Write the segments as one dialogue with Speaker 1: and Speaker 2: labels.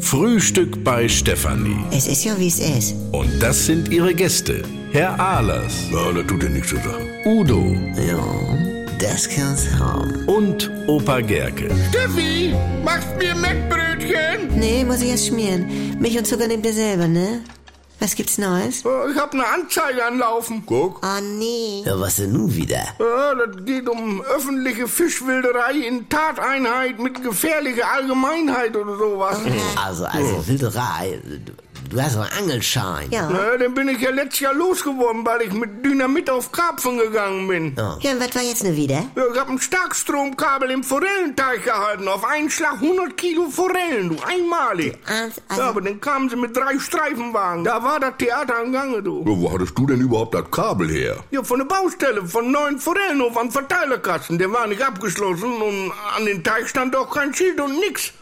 Speaker 1: Frühstück bei Stefanie.
Speaker 2: Es ist ja, wie es ist.
Speaker 1: Und das sind ihre Gäste. Herr Ahlers,
Speaker 3: Ja, das tut dir nichts zur Sache.
Speaker 1: Udo
Speaker 2: Ja, das kann's haben.
Speaker 1: und Opa Gerke.
Speaker 4: Steffi, machst mir Mettbrötchen?
Speaker 2: Nee, muss ich erst schmieren. Milch und Zucker nehmt ihr selber, ne? Was gibt's Neues?
Speaker 4: Äh, Ich hab eine Anzeige anlaufen.
Speaker 3: Guck,
Speaker 2: Oh, nee.
Speaker 5: Ja, was denn nun wieder?
Speaker 4: Ja, das geht um öffentliche Fischwilderei in Tateinheit mit gefährlicher Allgemeinheit oder sowas.
Speaker 5: Also, also Wilderei, du- du hast einen Angelschein.
Speaker 2: Ja.
Speaker 4: Na, den Ne, bin ich ja letztes Jahr losgeworden, weil ich mit Dynamit auf Karpfen gegangen bin.
Speaker 2: Ja, und was war jetzt nur wieder?
Speaker 4: Ja, ich hab ein Starkstromkabel im Forellenteich gehalten. Auf einen Schlag 100 Kilo Forellen, du, einmalig.
Speaker 2: Eins, also,
Speaker 4: Ja, aber dann kamen sie mit drei Streifenwagen. Da war das Theater am Gange, du.
Speaker 3: Ja, wo hattest du denn überhaupt das Kabel her?
Speaker 4: Ja, von der Baustelle, von neuen Forellenhof am Verteilerkasten. Der war nicht abgeschlossen und an den Teich stand auch kein Schild und nix.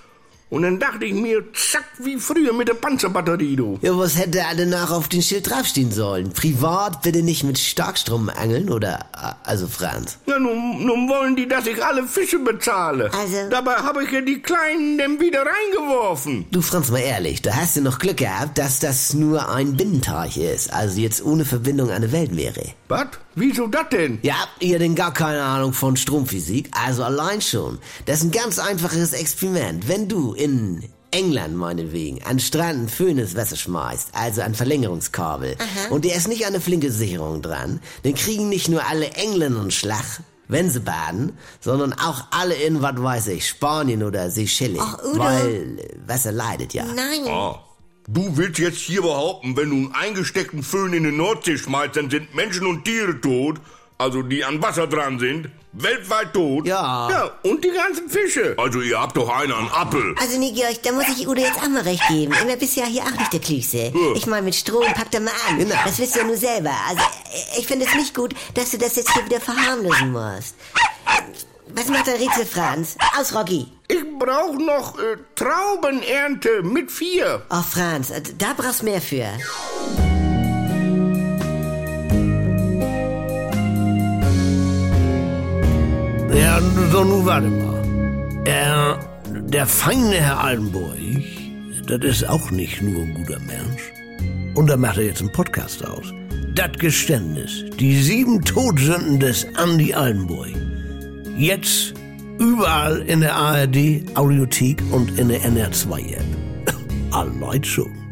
Speaker 4: Und dann dachte ich mir, zack, wie früher mit der Panzerbatterie, du.
Speaker 5: Ja, was hätte alle nach auf dem Schild draufstehen sollen? Privat bitte nicht mit Starkstrom angeln oder, äh, also Franz.
Speaker 4: Ja, nun, nun wollen die, dass ich alle Fische bezahle.
Speaker 2: Also-
Speaker 4: Dabei habe ich ja die Kleinen dann wieder reingeworfen.
Speaker 5: Du Franz, mal ehrlich, da hast du noch Glück gehabt, dass das nur ein Binnenteich ist, also jetzt ohne Verbindung an der Welt wäre.
Speaker 4: Was? Wieso das denn?
Speaker 5: Ja, habt ihr denn gar keine Ahnung von Stromphysik? Also allein schon. Das ist ein ganz einfaches Experiment. Wenn du in England meinetwegen an Strand ein föhnes Wasser schmeißt, also ein Verlängerungskabel, und der ist nicht an eine flinke Sicherung dran, dann kriegen nicht nur alle Engländer einen Schlag, wenn sie baden, sondern auch alle in, was weiß ich, Spanien oder Seychellen.
Speaker 2: Ach, Udo.
Speaker 5: Weil äh, Wasser leidet ja.
Speaker 2: nein.
Speaker 3: Ah, du willst jetzt hier behaupten, wenn du einen eingesteckten Föhn in die Nordsee schmeißt, dann sind Menschen und Tiere tot, also die an Wasser dran sind, weltweit tot?
Speaker 5: Ja.
Speaker 4: Ja, und die ganzen Fische.
Speaker 3: Also ihr habt doch einen an Appel.
Speaker 2: Also, nee, Georg, da muss ich Udo jetzt auch mal recht geben. Immer bist du ja hier auch nicht der Klügste. Ich meine, mit Strom packt er mal an.
Speaker 5: Genau.
Speaker 2: Das wisst ihr ja nur selber. Also, äh, ich finde es nicht gut, dass du das jetzt hier wieder verharmlosen musst. Was macht der Rätsel, Franz? Aus, Rocky.
Speaker 4: Ich brauch noch äh, Traubenernte mit vier.
Speaker 2: Oh, Franz, äh, da brauchst mehr für.
Speaker 6: Ja, so nun warte mal. Äh, der feine Herr Altenburg, das ist auch nicht nur ein guter Mensch. Und da macht er jetzt einen Podcast aus. Das Geständnis, die sieben Todsünden des Andy Altenburg. Jetzt überall in der ARD, Audiothek und in der NR2-App. Allein schon.